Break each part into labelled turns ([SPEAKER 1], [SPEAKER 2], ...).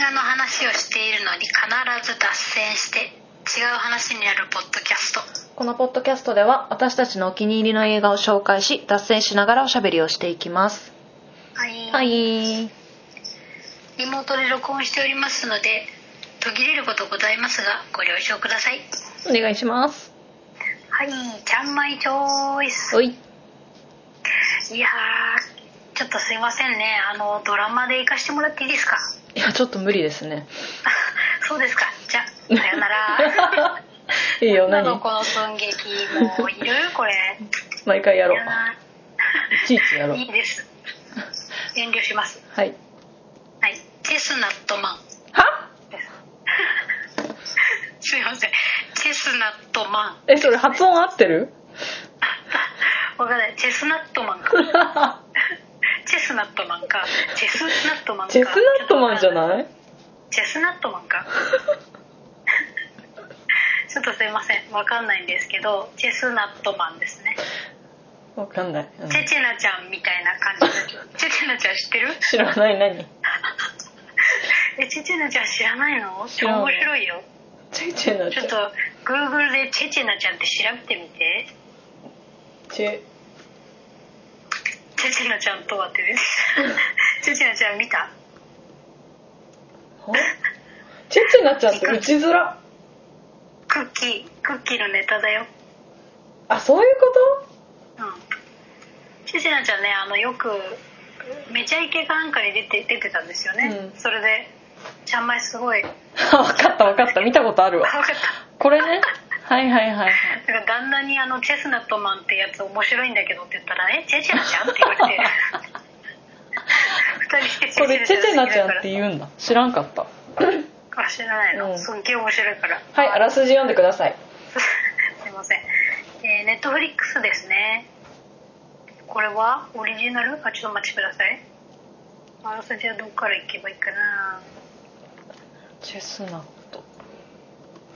[SPEAKER 1] 画の話をしているのに必ず脱線して違う話になるポッドキャスト
[SPEAKER 2] このポッドキャストでは私たちのお気に入りの映画を紹介し脱線しながらおしゃべりをしていきます
[SPEAKER 1] はい、
[SPEAKER 2] はい
[SPEAKER 1] リモートで録音しておりますので途切れることございますがご了承ください
[SPEAKER 2] お願いします
[SPEAKER 1] はいちゃんまいチョイス
[SPEAKER 2] おい
[SPEAKER 1] いやーちょっとすいませんねあのドラマで行かしてもらっていいですか
[SPEAKER 2] いやちょっと無理で すね
[SPEAKER 1] そうですかじゃあさよな ら
[SPEAKER 2] いいよ
[SPEAKER 1] 女
[SPEAKER 2] 何
[SPEAKER 1] の子の寸劇もういるこれ
[SPEAKER 2] 毎回やろう
[SPEAKER 1] いや
[SPEAKER 2] いちいちやろう
[SPEAKER 1] ーいいです遠慮します
[SPEAKER 2] はい
[SPEAKER 1] はいチェスナットマン
[SPEAKER 2] は
[SPEAKER 1] すいませんチェスナットマン
[SPEAKER 2] えそれ発音合って る
[SPEAKER 1] わかんないチェスナットマンかチェスナットマンかチェスナットマンか
[SPEAKER 2] チェスナットマンじゃない
[SPEAKER 1] チェスナットマンかちょっとすいませんわかんないんですけどチェスナットマンですね
[SPEAKER 2] わかんない、うん
[SPEAKER 1] チェチェナちゃんみたいな感じのチェチェナちゃん知ってる
[SPEAKER 2] 知らない何
[SPEAKER 1] えチェチェナちゃん知らないの
[SPEAKER 2] 知らん
[SPEAKER 1] 面白いよ
[SPEAKER 2] チェチェな
[SPEAKER 1] ちょっとグーグルでチェチェナちゃんって調べてみて
[SPEAKER 2] チェ
[SPEAKER 1] チェチェナちゃんとはってですチェチェナちゃん見た
[SPEAKER 2] はチェチェなちゃんって打ちづら
[SPEAKER 1] クッキークッキーのネタだよ
[SPEAKER 2] あそういうこ
[SPEAKER 1] うんチェチェナちゃんねあのよくめちゃイケかなんかに出て出てたんですよね、
[SPEAKER 2] うん
[SPEAKER 1] それでちゃんまいすごい分か
[SPEAKER 2] と わかったわかった見たことあるわ
[SPEAKER 1] った
[SPEAKER 2] これねはいはいはいはい
[SPEAKER 1] なんか旦那にあの「チェスナットマンってやつ面白いんだけど」って言ったら「えチェチェナちゃん?」って言われ て二人して
[SPEAKER 2] これチェチェなちゃんって
[SPEAKER 1] う
[SPEAKER 2] 言うんだ知らんかった
[SPEAKER 1] あ知らないの、
[SPEAKER 2] うん
[SPEAKER 1] すっげえ面白いから
[SPEAKER 2] はいあらすじ読んでください
[SPEAKER 1] すいません。えー、ネットフリックスですね。これはオリジナルあ、ちょっとお待ちください。あらすじはどこから行けばいいかな。
[SPEAKER 2] チェスナット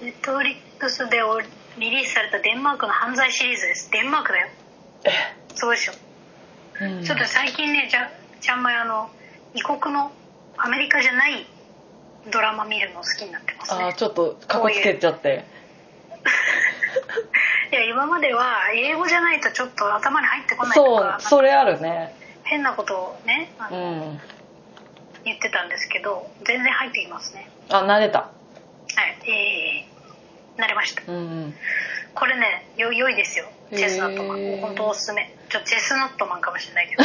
[SPEAKER 1] ネットフリックスでおリリースされたデンマークの犯罪シリーズです。デンマークだよ。そうでしょ。
[SPEAKER 2] うん
[SPEAKER 1] ちょっと最近ね、じゃ、ちゃんまいあの、異国のアメリカじゃないドラマ見るの好きになってます
[SPEAKER 2] あー
[SPEAKER 1] ね。
[SPEAKER 2] ちょっとかっこつけちゃって
[SPEAKER 1] いや、今までは英語じゃないとちょっと頭に入ってこないとか、
[SPEAKER 2] そ
[SPEAKER 1] なん
[SPEAKER 2] う
[SPEAKER 1] か
[SPEAKER 2] それあるね
[SPEAKER 1] 変なことをね、あの
[SPEAKER 2] うん
[SPEAKER 1] 言ってたんですけど全然入ってきますね
[SPEAKER 2] あ慣れた
[SPEAKER 1] はいえー、慣れました
[SPEAKER 2] うんうん
[SPEAKER 1] これねよ良いですよチェスナットマン、
[SPEAKER 2] へー
[SPEAKER 1] 本当おすすめちょっとチェスナットマンかもしれないけど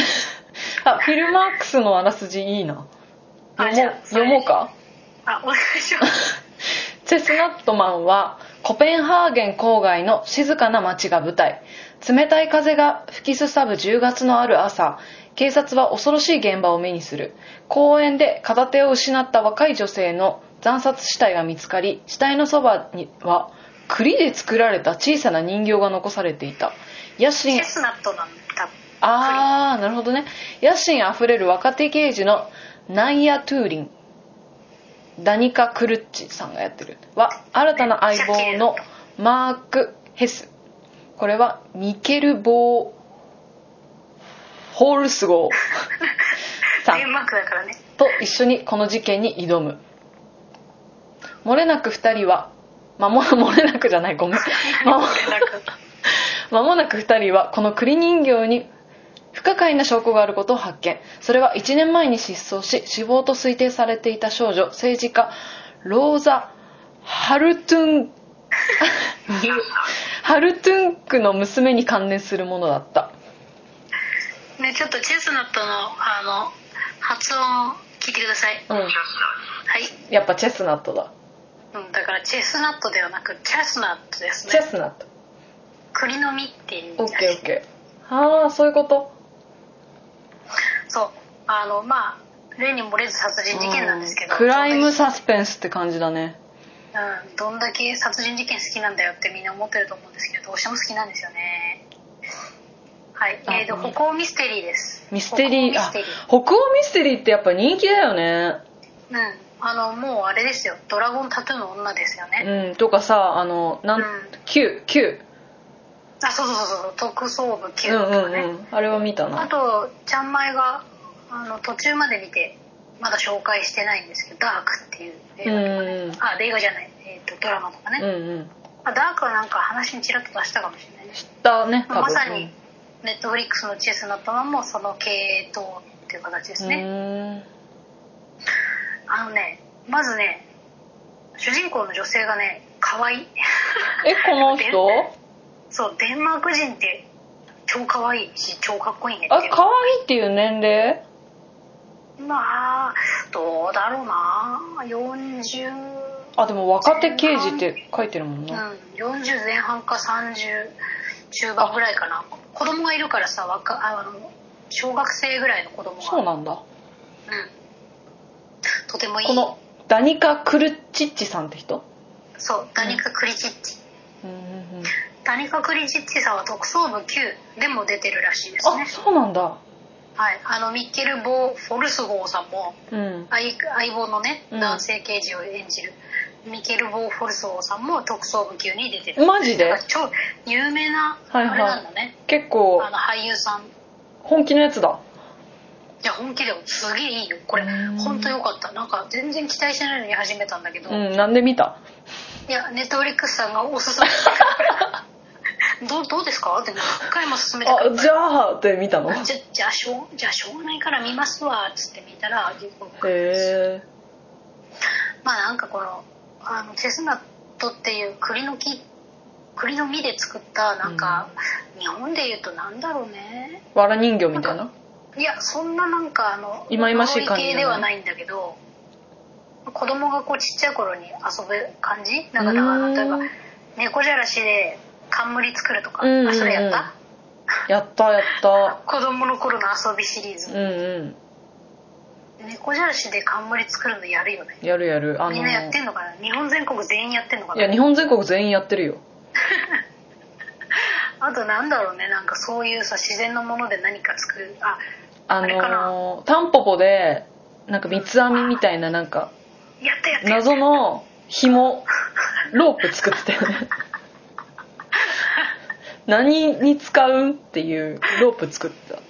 [SPEAKER 2] あフィルマークスのあらすじいいな
[SPEAKER 1] あじゃあ
[SPEAKER 2] 読もう読もうか
[SPEAKER 1] あお願いします
[SPEAKER 2] チェスナットマンはコペンハーゲン郊外の静かな街が舞台冷たい風が吹きすさぶ10月のある朝警察は恐ろしい現場を目にする公園で片手を失った若い女性の惨殺死体が見つかり死体のそばには栗で作られた小さな人形が残されていた野
[SPEAKER 1] チ
[SPEAKER 2] 心
[SPEAKER 1] ェスナットなんだ
[SPEAKER 2] ああなるほどね野心あふれる若手刑事のナイア・トゥーリンダニカ・クルッチさんがやってるは新たな相棒のマーク・ヘスこれはミケル・ボー・ホールスゴーさん
[SPEAKER 1] デンマークだからね
[SPEAKER 2] と一緒にこの事件に挑む漏れなく2人はまあも漏れなくじゃないごめんまあも
[SPEAKER 1] これなんか
[SPEAKER 2] まもなく2人はこの栗人形に不可解な証拠があることを発見それは1年前に失踪し死亡と推定されていた少女政治家ローザ・ハルトゥン ハルトゥンクの娘に関連するものだった
[SPEAKER 1] ねちょっとチェスナットのあの発音聞いてください、
[SPEAKER 2] うん
[SPEAKER 1] はい、
[SPEAKER 2] やっぱチェスナットだ
[SPEAKER 1] うん、だからチェスナットではなくチェスナットです
[SPEAKER 2] チェ
[SPEAKER 1] ね
[SPEAKER 2] スナット
[SPEAKER 1] 栗の実って意味
[SPEAKER 2] オ
[SPEAKER 1] ら
[SPEAKER 2] ッ
[SPEAKER 1] しい
[SPEAKER 2] ケーオッケーああそういうこと
[SPEAKER 1] そうあのまあ例に漏れず殺人事件なんですけど
[SPEAKER 2] うんクライムサスペンスって感じだね
[SPEAKER 1] うん、どんだけ殺人事件好きなんだよってみんな思ってると思うんですけどどうしても好きなんですよねはい
[SPEAKER 2] あ
[SPEAKER 1] えーと
[SPEAKER 2] うん
[SPEAKER 1] 歩行ミステリーです
[SPEAKER 2] ミステリー
[SPEAKER 1] 歩行ミステリー
[SPEAKER 2] あ北欧ミステリーってやっぱ人気だよね
[SPEAKER 1] うんあのもうあれですよドラゴンタトゥーの女ですよね、
[SPEAKER 2] うんとかさあのな
[SPEAKER 1] うん
[SPEAKER 2] ん Q Q
[SPEAKER 1] あそうそうそうそう特捜部9
[SPEAKER 2] うんう
[SPEAKER 1] とか
[SPEAKER 2] ん
[SPEAKER 1] ね、
[SPEAKER 2] うんあれは見た
[SPEAKER 1] あ
[SPEAKER 2] な
[SPEAKER 1] とちゃんまいがあの途中まで見てまだ紹介してないんですけど「ダーク」っていう映画とかね、
[SPEAKER 2] うん
[SPEAKER 1] あで映画じゃない、えー、とドラマとかね、
[SPEAKER 2] うんうん
[SPEAKER 1] あダークはなんか話にちらっと出したかもしれないね
[SPEAKER 2] 知ったね
[SPEAKER 1] まあまさにネットフリックスのチェスになったのもその系統っていう形ですね、
[SPEAKER 2] ね
[SPEAKER 1] あのねまずね主人公の女性がね可愛い
[SPEAKER 2] えこの人
[SPEAKER 1] そうデンマーク人って超可愛いし超かっこいいね
[SPEAKER 2] あ
[SPEAKER 1] っていう
[SPEAKER 2] 可愛いっていう年齢
[SPEAKER 1] まあどうだろうな40
[SPEAKER 2] あでも若手刑事って書いてるもん
[SPEAKER 1] う
[SPEAKER 2] な、
[SPEAKER 1] ん、40前半か30中盤ぐらいかな子供がいるからさ若あの小学生ぐらいの子供が
[SPEAKER 2] そうなんだ
[SPEAKER 1] うんとてもいい
[SPEAKER 2] このダニカ・クルチッチさんって人
[SPEAKER 1] そうダニカ・クリチッチ、
[SPEAKER 2] うんうんうん
[SPEAKER 1] ダニカ・クリチッチさんは特捜部 Q でも出てるらしいです
[SPEAKER 2] あ
[SPEAKER 1] ね
[SPEAKER 2] そうなんだ
[SPEAKER 1] はいあのミッケル・ボー・フォルスゴーさんも
[SPEAKER 2] うん
[SPEAKER 1] 相相棒のね
[SPEAKER 2] うん
[SPEAKER 1] 男性刑事を演じる、ミッケル・ボー・フォルスゴーさんも特捜部 Q に出てる
[SPEAKER 2] マジで
[SPEAKER 1] 超有名なあ
[SPEAKER 2] はい
[SPEAKER 1] れ
[SPEAKER 2] はい
[SPEAKER 1] なんだね、
[SPEAKER 2] 結構
[SPEAKER 1] あの俳優さん
[SPEAKER 2] 本気のやつだ
[SPEAKER 1] いや本気でもすげえいいよこれ
[SPEAKER 2] うん
[SPEAKER 1] 本当良かったなんか全然期待してないのに始めたんだけど、
[SPEAKER 2] うんなんで見た
[SPEAKER 1] いやネットフリックスさんがおすすめしてくれたどうどうですかって何回も勧めてく
[SPEAKER 2] あ
[SPEAKER 1] れ
[SPEAKER 2] じ
[SPEAKER 1] た
[SPEAKER 2] ゃあって見たのへ
[SPEAKER 1] じゃじゃあしょうじゃあしょうがないから見ますわっつって見たら結構
[SPEAKER 2] え
[SPEAKER 1] まあなんかこのあのチェスナットっていう栗の木栗の実で作ったなんか、日本で言うとなんだろうね
[SPEAKER 2] わら人形みたい
[SPEAKER 1] なん
[SPEAKER 2] な
[SPEAKER 1] はいやそんななんかあの
[SPEAKER 2] 忌々しい感じ
[SPEAKER 1] 呪系ではないんだけど子供がこうちっちゃい頃に遊ぶ感じだか
[SPEAKER 2] う
[SPEAKER 1] ら
[SPEAKER 2] ーん
[SPEAKER 1] 例えば猫じゃらしで冠作るとか、
[SPEAKER 2] うんうんうん
[SPEAKER 1] あそれやった
[SPEAKER 2] やったやった
[SPEAKER 1] 子供の頃の遊びシリー
[SPEAKER 2] う
[SPEAKER 1] ズ、
[SPEAKER 2] ん
[SPEAKER 1] 猫じゃらしで冠作るのやるよね
[SPEAKER 2] うんやるやるあの
[SPEAKER 1] みんなやってんのかな日本全国全員やってんのか
[SPEAKER 2] いや
[SPEAKER 1] な
[SPEAKER 2] 日本全国全員やってるよ
[SPEAKER 1] あとなんだろうねなんかそういうさ自然のもので何か作るあ
[SPEAKER 2] あ
[SPEAKER 1] あれか
[SPEAKER 2] の
[SPEAKER 1] な
[SPEAKER 2] タンポポでなんか三つ編みみたいななんか
[SPEAKER 1] やったやったやった
[SPEAKER 2] 謎の紐ロープ作 ってたよね何に使うんっていうロープ作ってた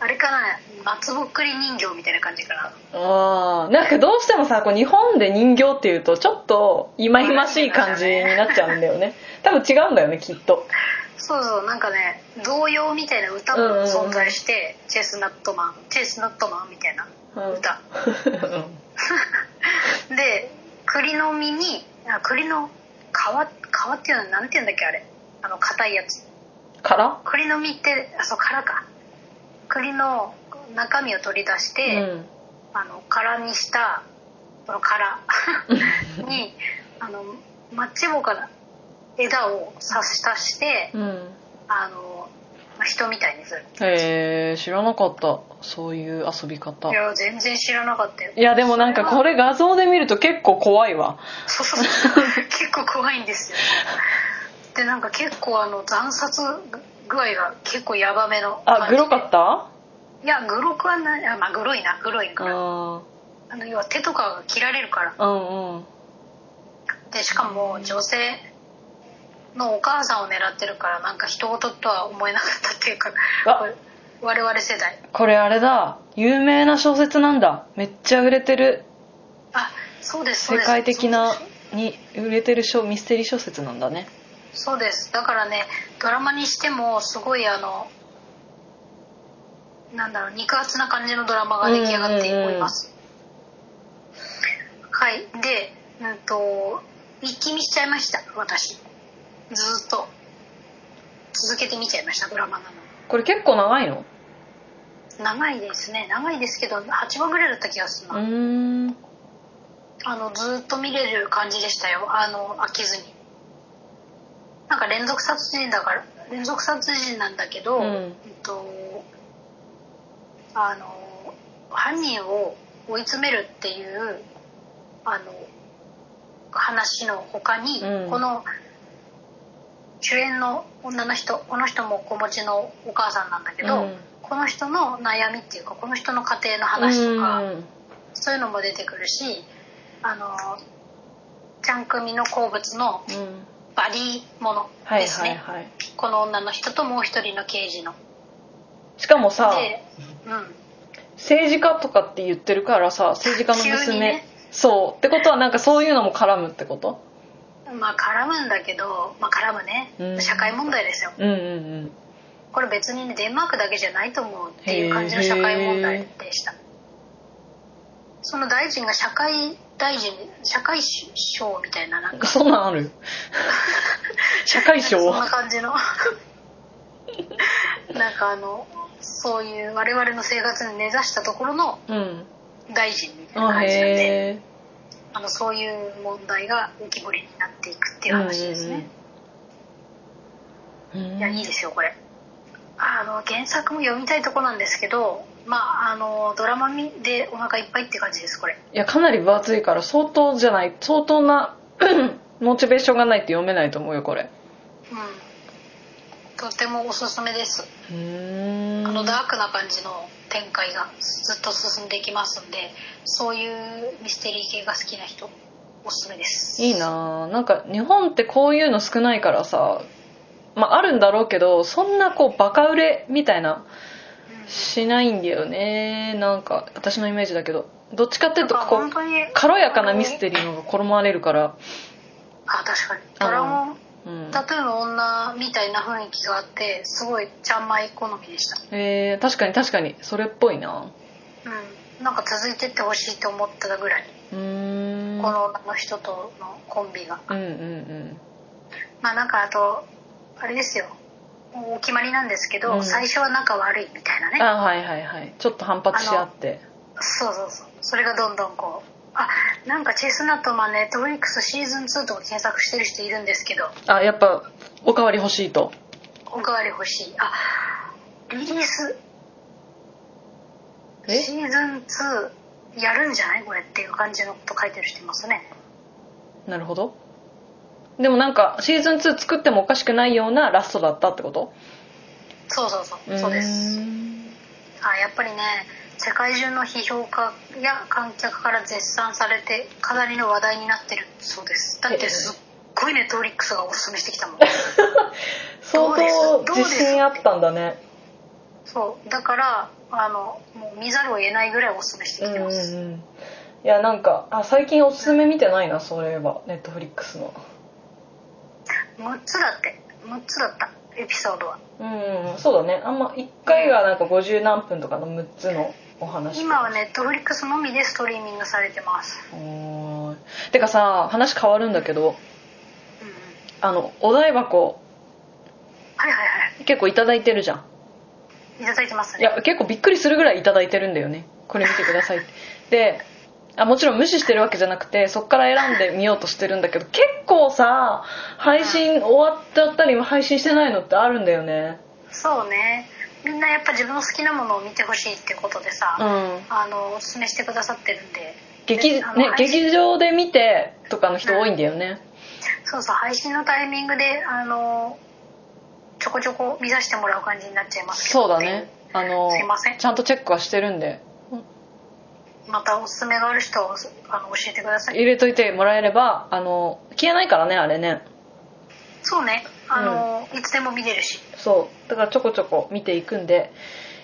[SPEAKER 1] あれかな松ぼっくり人形みたいな感じかな
[SPEAKER 2] あーなんかどうしてもさこう日本で人形っていうとちょっと忌々しい感じになっちゃうんだよね多分違うんだよねきっと
[SPEAKER 1] そうそうなんかね童謡みたいな歌も存在して、チェスナットマンチェスナットマンみたいな 歌、で栗の実にあ栗の皮皮っていうのはなんていうんだっけあれあの硬いやつ
[SPEAKER 2] から
[SPEAKER 1] 栗の実ってあそう殻か栗の中身を取り出し
[SPEAKER 2] う
[SPEAKER 1] て、
[SPEAKER 2] ん
[SPEAKER 1] あの殻にしたその殻に あのマッチ棒から枝を刺し刺して、
[SPEAKER 2] うん
[SPEAKER 1] あのまあ人みたいにする
[SPEAKER 2] へえ知らなかったそういう遊び方
[SPEAKER 1] いや全然知らなかったよ
[SPEAKER 2] いやでもなんかこれ画像で見ると結構怖いわ
[SPEAKER 1] そうそうそう 結構怖いんですよでなんか結構あの残殺具合が結構ヤバめの
[SPEAKER 2] あグロかったた
[SPEAKER 1] いやグロくはないあまあグロいなグロいんかな
[SPEAKER 2] あ
[SPEAKER 1] あの要は手とかが切られるから
[SPEAKER 2] ーうんうん
[SPEAKER 1] でしかも女性のお母さんを狙ってるからなんか人事とは思えなかったっていうか
[SPEAKER 2] あ
[SPEAKER 1] これ我々世代
[SPEAKER 2] これあれだ有名な小説なんだめっちゃ売れてる
[SPEAKER 1] あそうですそう
[SPEAKER 2] 世
[SPEAKER 1] です
[SPEAKER 2] 界的なに売れてる小ミステリー小説なんだね
[SPEAKER 1] そうですだからねドラマにしてもすごいあのなんだろう肉厚な感じのドラマが出来上がっております、はいでうんと一気見しちゃいました私ずっと続けて見ちゃいましたドラマなの
[SPEAKER 2] これ結構長いの
[SPEAKER 1] 長いですね長いですけど8話ぐらいだった気がする
[SPEAKER 2] う
[SPEAKER 1] な、
[SPEAKER 2] ーん
[SPEAKER 1] あのずーっと見れる感じでしたよあの飽きずになんか連続殺人だから連続殺人なんだけど、
[SPEAKER 2] うん
[SPEAKER 1] えっとあの犯人を追い詰めるっていうあの話の他に、
[SPEAKER 2] うん
[SPEAKER 1] この主演の女の人この人も子持ちのお母さんなんだけど、
[SPEAKER 2] うん
[SPEAKER 1] この人の悩みっていうかこの人の家庭の話とか、
[SPEAKER 2] うん
[SPEAKER 1] そういうのも出てくるしあのちゃん組の好物の
[SPEAKER 2] うん
[SPEAKER 1] バディもの
[SPEAKER 2] はい
[SPEAKER 1] ですね、
[SPEAKER 2] はいはい
[SPEAKER 1] この女の人ともう一人の刑事の
[SPEAKER 2] しかもさ
[SPEAKER 1] で、うん、
[SPEAKER 2] 政治家とかって言ってるからさ政治家の
[SPEAKER 1] 急
[SPEAKER 2] 娘、
[SPEAKER 1] にね
[SPEAKER 2] そうってことはなんかそういうのも絡むってこと
[SPEAKER 1] まあ絡むんだけど、まあ、絡むね、
[SPEAKER 2] うん
[SPEAKER 1] 社会問題ですよ
[SPEAKER 2] うんうん
[SPEAKER 1] これ別にねデンマークだけじゃないと思うっていう感じの社会問題でしたその大臣が社会大臣社会賞みたいななん
[SPEAKER 2] うん
[SPEAKER 1] か
[SPEAKER 2] そんなん ある社会賞
[SPEAKER 1] そんな感じの なんかあのそういう我々の生活に根ざしたところの
[SPEAKER 2] うん
[SPEAKER 1] 大臣みたいな
[SPEAKER 2] あ
[SPEAKER 1] 感じなんで
[SPEAKER 2] へえ
[SPEAKER 1] あのそういう問題が浮き彫りになっていくっていう話ですね、
[SPEAKER 2] うんうん
[SPEAKER 1] いやいいですよこれあの原作も読みたいとこなんですけどまああのドラマ見でお腹いっぱいって感じですこれ
[SPEAKER 2] いやかなり分厚いから相当じゃない相当な モチベーションがないと読めないと思うよこれ
[SPEAKER 1] うんとてもおすすめです、
[SPEAKER 2] うーん
[SPEAKER 1] あのダークな感じの展開がずっと進んでいきますんでそういうミステリー系が好きな人おすすめです
[SPEAKER 2] いいなあなんか日本ってこういうの少ないからさまああるんだろうけどそんなこうバカ売れみたいな
[SPEAKER 1] うん
[SPEAKER 2] しないんだよねなんか私のイメージだけどどっちかっていうと
[SPEAKER 1] なんか
[SPEAKER 2] こ
[SPEAKER 1] 本
[SPEAKER 2] う
[SPEAKER 1] 当に
[SPEAKER 2] 軽やかなミステリーの方が好まれるから
[SPEAKER 1] あ確かにドラゴン
[SPEAKER 2] うん
[SPEAKER 1] タトゥーの女みたいな雰囲気があってすごいちゃんまい好みでした
[SPEAKER 2] えー、確かに確かにそれっぽいな
[SPEAKER 1] うんなんか続いてってほしいと思ってたぐらいう
[SPEAKER 2] ーん
[SPEAKER 1] この女の人とのコンビが
[SPEAKER 2] うんうんうん
[SPEAKER 1] まあなんかあとあれですよもうお決まりなんですけど、
[SPEAKER 2] うん
[SPEAKER 1] 最初は仲悪いみたいなね
[SPEAKER 2] あはいはいはいちょっと反発し合って
[SPEAKER 1] そうそうそうそれがどんどんこうあなんかチェスナットマンネットフリックスシーズン2とか検索してる人いるんですけど
[SPEAKER 2] あやっぱおかわり欲しいと
[SPEAKER 1] おかわり欲しいあリリース
[SPEAKER 2] え
[SPEAKER 1] シーズン2やるんじゃないこれっていう感じのこと書いてる人いますね
[SPEAKER 2] なるほどでもなんかシーズン2作ってもおかしくないようなラストだったってこと
[SPEAKER 1] そうそうそうそうです
[SPEAKER 2] ーん
[SPEAKER 1] あやっぱりね世界中の批評家や観客から絶賛されてかなりの話題になってるそうですだっ
[SPEAKER 2] へえ
[SPEAKER 1] てすっごいネットフリックスがおすすめしてきたもん
[SPEAKER 2] 相
[SPEAKER 1] どうで
[SPEAKER 2] 当
[SPEAKER 1] す
[SPEAKER 2] 自信あったんだね
[SPEAKER 1] そうだからあのもう見ざるを得ないぐらいおすすめして
[SPEAKER 2] う
[SPEAKER 1] き
[SPEAKER 2] ん
[SPEAKER 1] て
[SPEAKER 2] うん
[SPEAKER 1] ます、
[SPEAKER 2] うんいやなんかあ最近おすすめ見てないなそういえばネットフリックスの
[SPEAKER 1] 6つだって6つだったエピソードは
[SPEAKER 2] うんうんそうだねあんま1回がなんか50何分とかの6つのお話
[SPEAKER 1] 今はネットフリックスのみでストリーミングされてます
[SPEAKER 2] おーいてかさ話変わるんだけど
[SPEAKER 1] うんうん
[SPEAKER 2] あのお台箱
[SPEAKER 1] はいはいは
[SPEAKER 2] 結構いただいてるじゃん
[SPEAKER 1] いいただいてます
[SPEAKER 2] い
[SPEAKER 1] ね
[SPEAKER 2] や結構びっくりするぐらいいただいてるんだよねこれ見てくださいってであもちろん無視してるわけじゃなくてそっから選んでみようとしてるんだけど結構さ配信終わっちゃったり配信してないのってあるんだよね
[SPEAKER 1] そうねみんなやっぱ自分の好きなものを見てほしいってことでさ、
[SPEAKER 2] うん
[SPEAKER 1] あのおすすめしてくださってるんで
[SPEAKER 2] 劇,、ね
[SPEAKER 1] あの、配信
[SPEAKER 2] 劇場で見てとかの人多いんだよね
[SPEAKER 1] そうそう配信のタイミングであのちょこちょこ見させてもらう感じになっちゃいますけど
[SPEAKER 2] そうだねあの
[SPEAKER 1] すいません
[SPEAKER 2] ちゃんとチェックはしてるんで
[SPEAKER 1] またおすすめがある人はあの教えてください
[SPEAKER 2] 入れといてもらえればあの消えないからねあれね
[SPEAKER 1] そうねあの、いつでも見れるし
[SPEAKER 2] そうだからちょこちょこ見ていくんで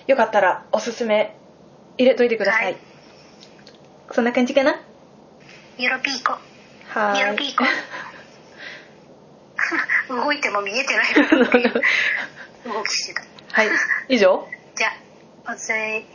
[SPEAKER 2] よかったらおすすめ入れといてください、
[SPEAKER 1] はい
[SPEAKER 2] そんな感じかな
[SPEAKER 1] ユロピーコ
[SPEAKER 2] は
[SPEAKER 1] ユロ ピーコ動いても見えて ないから動きしてた
[SPEAKER 2] はい以上
[SPEAKER 1] じゃあおつい